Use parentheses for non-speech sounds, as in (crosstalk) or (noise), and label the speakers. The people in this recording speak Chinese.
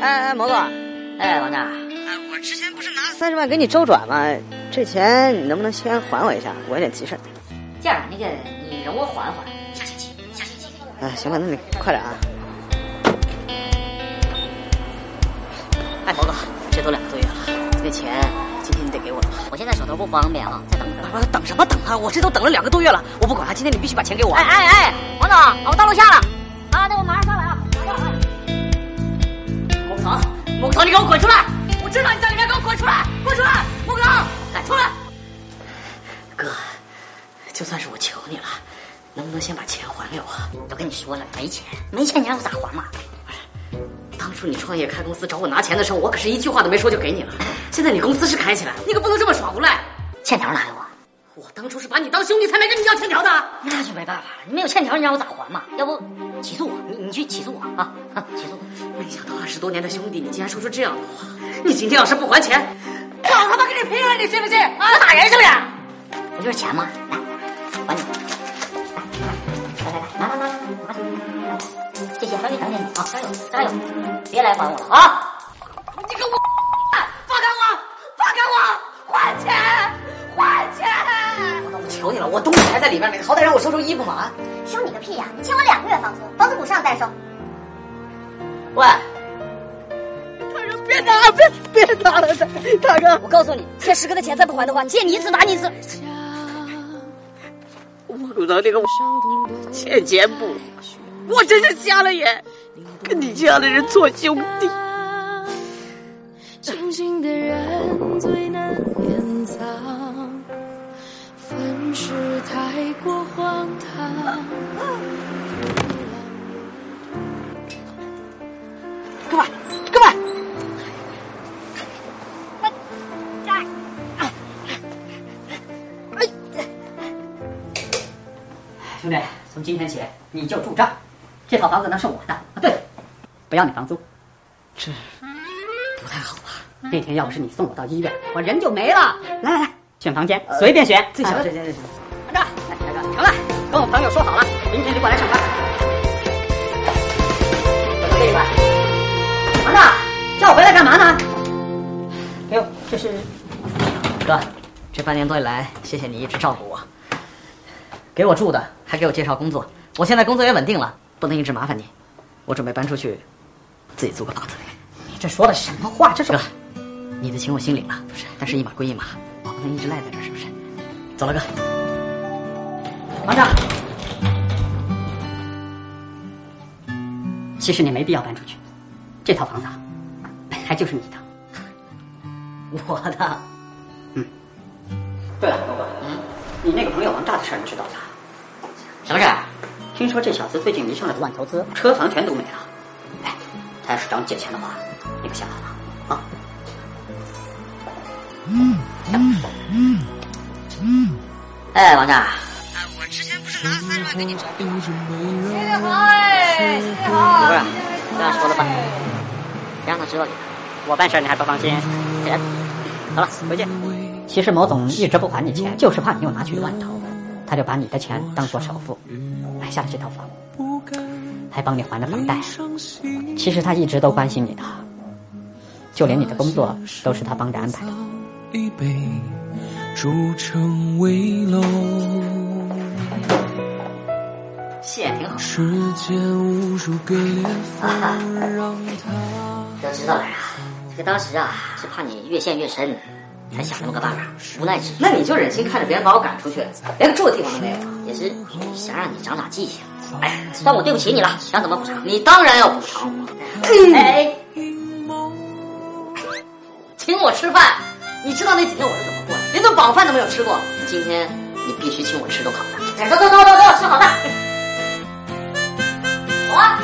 Speaker 1: 哎哎，蘑菇，哎，王大，
Speaker 2: 哎，我之前不是拿
Speaker 1: 三十万给你周转吗？这钱你能不能先还我一下？我有点急事儿。
Speaker 2: 这样，那个你容我缓缓，下星期，下星期。
Speaker 1: 哎，行吧，那你快点啊。
Speaker 2: 哎，蘑菇，这都两个多月了，这钱今天你得给我了吧？我现在手头不方便啊，再等等。
Speaker 1: 我等什么等啊？我这都等了两个多月了，我不管了，今天你必须把钱给我。
Speaker 2: 哎哎哎，王总，啊我到楼下了，啊，那我马上上来啊，马上上来。木头，木头，你给我滚出来！我知道你在里面，给我滚出来，滚出来，木头，赶出来！哥，就算是我求你了，能不能先把钱还给我？都跟你说了，没钱，没钱你让我咋还嘛？当初你创业开公司找我拿钱的时候，我可是一句话都没说就给你了。现在你公司是开起来了，你可不能这么耍无赖。欠条拿给我。我当初是把你当兄弟，才没跟你要欠条的。那就没办法了，你没有欠条，你让我咋还嘛？要不起诉我，你你去起诉我啊啊！起诉我！没想到二十多年的兄弟，你竟然说出这样的话。你今天要是不还钱，老他妈给你赔了，你信不信？啊，打人是不是？不就是钱吗？来，还你。来来来来来来来，谢谢，交给交给你啊，加油加油，别来还我了啊！你给我放开我，放开我，还钱，还钱！我求你了，我东西还在里边呢，你好歹让我收收衣服嘛啊！
Speaker 3: 收你个屁呀、欠我两个月房租，房租补上再收。
Speaker 2: 喂，
Speaker 1: 别打，别别打了，大大哥。
Speaker 2: 我告诉你，欠十哥的钱再不还的话，你借你一次打你一次。
Speaker 4: 我骨头那个欠钱不？我真是瞎了眼，跟你这样的人做兄弟。
Speaker 5: 清醒的人最难掩藏，凡事太过荒唐。
Speaker 1: 哥们，哥们，
Speaker 2: 兄弟，从今天起你就住账，这套房子呢是我的啊，对了，不要你房租，
Speaker 1: 这
Speaker 2: 不太好吧？那天要不是你送我到医院，我人就没了。来来来，选房间，随便选，
Speaker 1: 呃最小
Speaker 2: 啊
Speaker 1: 这件事情。
Speaker 2: 班长，来，大哥，行了，跟我朋友说好了，明天就过来上班。我说这一块，班长，叫我回来干嘛呢？哎呦，这是哥，这半年多以来，谢谢你一直照顾我，给我住的，还给我介绍工作。我现在工作也稳定了，不能一直麻烦你。我准备搬出去，自己租个房子。你这说的什么话？这是哥，你的情我心领了，不是？但是一码归一码，我不能一直赖在这儿，是不是？走了，哥。王长，其实你没必要搬出去，这套房子啊本来就是你的，我的。嗯。对了，老板，嗯，你那个朋友王炸的事儿你知道吧？什么事儿？听说这小子最近迷上了不万投资，车房全赌没了。哎，他要是找你借钱的话，你可想好了啊？哎，王炸。不是，这样说了吧，别让他知道你，我办事你还不放心。别，好了，回去。其实毛总一直不还你钱，就是怕你又拿去乱投，他就把你的钱当做首付，买下了这套房，还帮你还了房贷。 (laughs) 其实他一直都关心你的，就连你的工作都是他帮着安排的。
Speaker 6: 一杯，煮成危楼。
Speaker 2: 谢挺好，
Speaker 6: 世间无数个裂缝，让它
Speaker 2: 都知道了啊呀。这个当时啊，是怕你越陷越深，才想那么个办法，无奈之嗯举。那你就忍心看着别人把我赶出去， (laughs) 连个住的地方都没有？也是想让你长长记性。哎，算我对不起你了，想怎么补偿？你当然要补偿我。哎，请我吃饭，你知道那几天我是怎么过的，连顿饱饭都没有吃过。今天你必须请我吃顿好的。哎，走走走走走，吃好的。走啊。